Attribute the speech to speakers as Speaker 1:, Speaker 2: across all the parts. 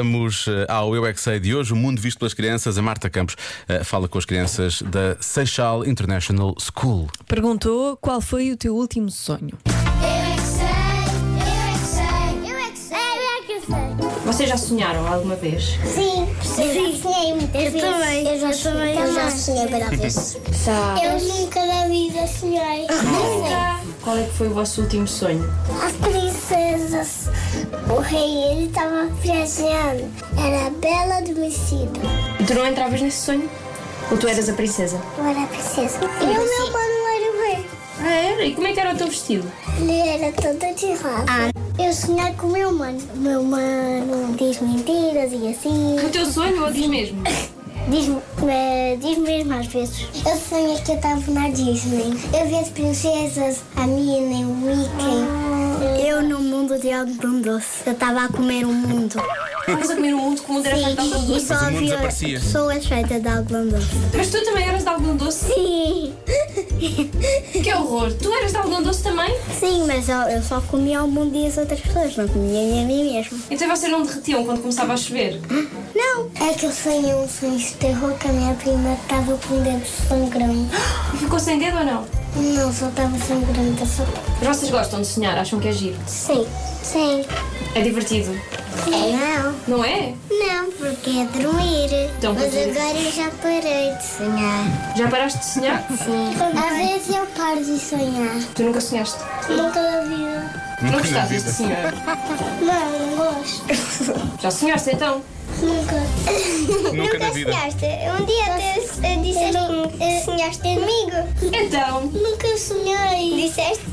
Speaker 1: Vamos eh, ao Eu é que Sei de hoje, o mundo visto pelas crianças. A Marta Campos eh, fala com as crianças da Seychelles International School.
Speaker 2: Perguntou qual foi o teu último sonho.
Speaker 3: Eu é que sei, eu é que sei, eu é que sei, eu é que sei.
Speaker 4: Vocês já sonharam alguma vez?
Speaker 3: Sim, eu já sonhei muitas vezes. Também. Eu, já eu também. Eu já sonhei várias vezes. Eu nunca na vida sonhei. Nunca.
Speaker 4: Qual é que foi o vosso último sonho?
Speaker 3: As princesas, o rei, ele estava viajando. Era bela adormecida.
Speaker 4: E tu não entravas nesse sonho? Ou tu eras a princesa?
Speaker 3: Eu era a princesa. E o meu mano era o rei.
Speaker 4: Ah, era? E como é que era o teu vestido?
Speaker 3: Ele era todo de rosa. Eu sonhei com o meu mano. O meu mano diz mentiras e assim.
Speaker 4: O teu sonho ou diz mesmo?
Speaker 3: Diz-me diz mesmo às vezes. Eu sonhei que eu estava na Disney. Eu vi as princesas, a Minnie, o Mickey. Eu no mundo de algodão doce. Eu estava a comer o mundo.
Speaker 4: Estavas a comer um mundo que o mundo era feito de algodão
Speaker 3: E
Speaker 4: doce.
Speaker 3: só
Speaker 1: o mundo
Speaker 3: havia
Speaker 1: desaparecia.
Speaker 3: pessoas feitas de algodão doce.
Speaker 4: Mas tu também eras de algodão doce?
Speaker 3: Sim.
Speaker 4: Que horror! Tu eras de algodão doce também?
Speaker 3: Sim, mas eu, eu só comia o mundo e as outras pessoas. Não comia a mim mesmo.
Speaker 4: Então vocês não derretiam quando começava a chover?
Speaker 3: Não. É que eu sonhei um sonho de terror que a minha prima estava com o dedo sangrando.
Speaker 4: E ficou sem dedo ou não?
Speaker 3: Não, só estava sangrando da sua parte.
Speaker 4: Mas vocês gostam de sonhar, acham que é giro?
Speaker 3: Sim. Sim.
Speaker 4: É divertido,
Speaker 3: Não.
Speaker 4: não é?
Speaker 3: Não, porque é dormir.
Speaker 4: Então,
Speaker 3: Mas
Speaker 4: quer dizer-
Speaker 3: agora eu já parei de sonhar.
Speaker 4: Já paraste de sonhar?
Speaker 3: Sim. Às vezes eu paro de sonhar.
Speaker 4: Tu nunca sonhaste?
Speaker 3: Nunca na vida.
Speaker 4: Não gostavas de sonhar?
Speaker 3: Não, não gosto.
Speaker 4: Já sonhaste então?
Speaker 3: Nunca.
Speaker 1: Nunca na vida.
Speaker 3: sonhaste. Um dia até disseste que assim, "Eh, sonhaste comigo.
Speaker 4: Então,
Speaker 3: Nunca sonhei. Disseste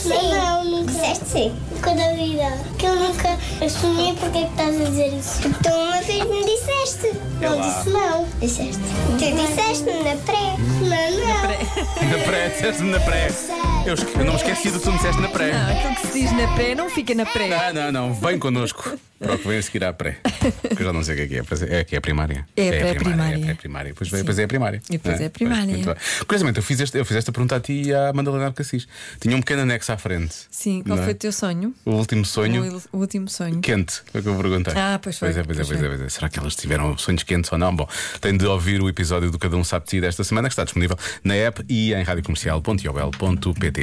Speaker 3: sim. Não, nunca. Disseste sim. Nunca na vida. Que eu nunca sonhei. Porquê que estás a dizer isso? Então uma vez me disseste. Não disse não. Disseste. Tu disseste na pré. Não, não.
Speaker 1: Na pré, disseste-me na pré. Eu, esque- eu não me esqueci do que tu me disseste na pré.
Speaker 2: aquilo que se diz na pré não fica na pré.
Speaker 1: Não, não, não, vem connosco. Para o que vem a seguir à pré. Que eu já não sei o que é que é. pois É é que é a primária.
Speaker 2: É a
Speaker 1: a
Speaker 2: pré-primária.
Speaker 1: É a pré-primária. Depois, veio-
Speaker 2: Sim.
Speaker 1: depois é a primária.
Speaker 2: E depois
Speaker 1: Não
Speaker 2: é a primária.
Speaker 1: Pois, muito bem. Curiosamente, eu fiz, este, eu fiz esta pergunta a ti e à Madalena Cassis. Tinha um pequeno anexo à frente.
Speaker 2: Sim, qual
Speaker 1: Não é?
Speaker 2: foi o teu sonho?
Speaker 1: O último
Speaker 2: O,
Speaker 1: sonho.
Speaker 2: il- o último sonho.
Speaker 1: Quente, foi o que eu perguntei.
Speaker 2: Uhum. Ah, pois foi,
Speaker 1: Pois é, pois, é,
Speaker 2: pois
Speaker 1: pois é,
Speaker 2: foi.
Speaker 1: pois é. Será que elas tiveram sonhos quentes ou não? Bom, tem de ouvir o episódio do Cada Um Sabe de Ti desta semana, que está disponível na app e em radiocomercial.iol.pt.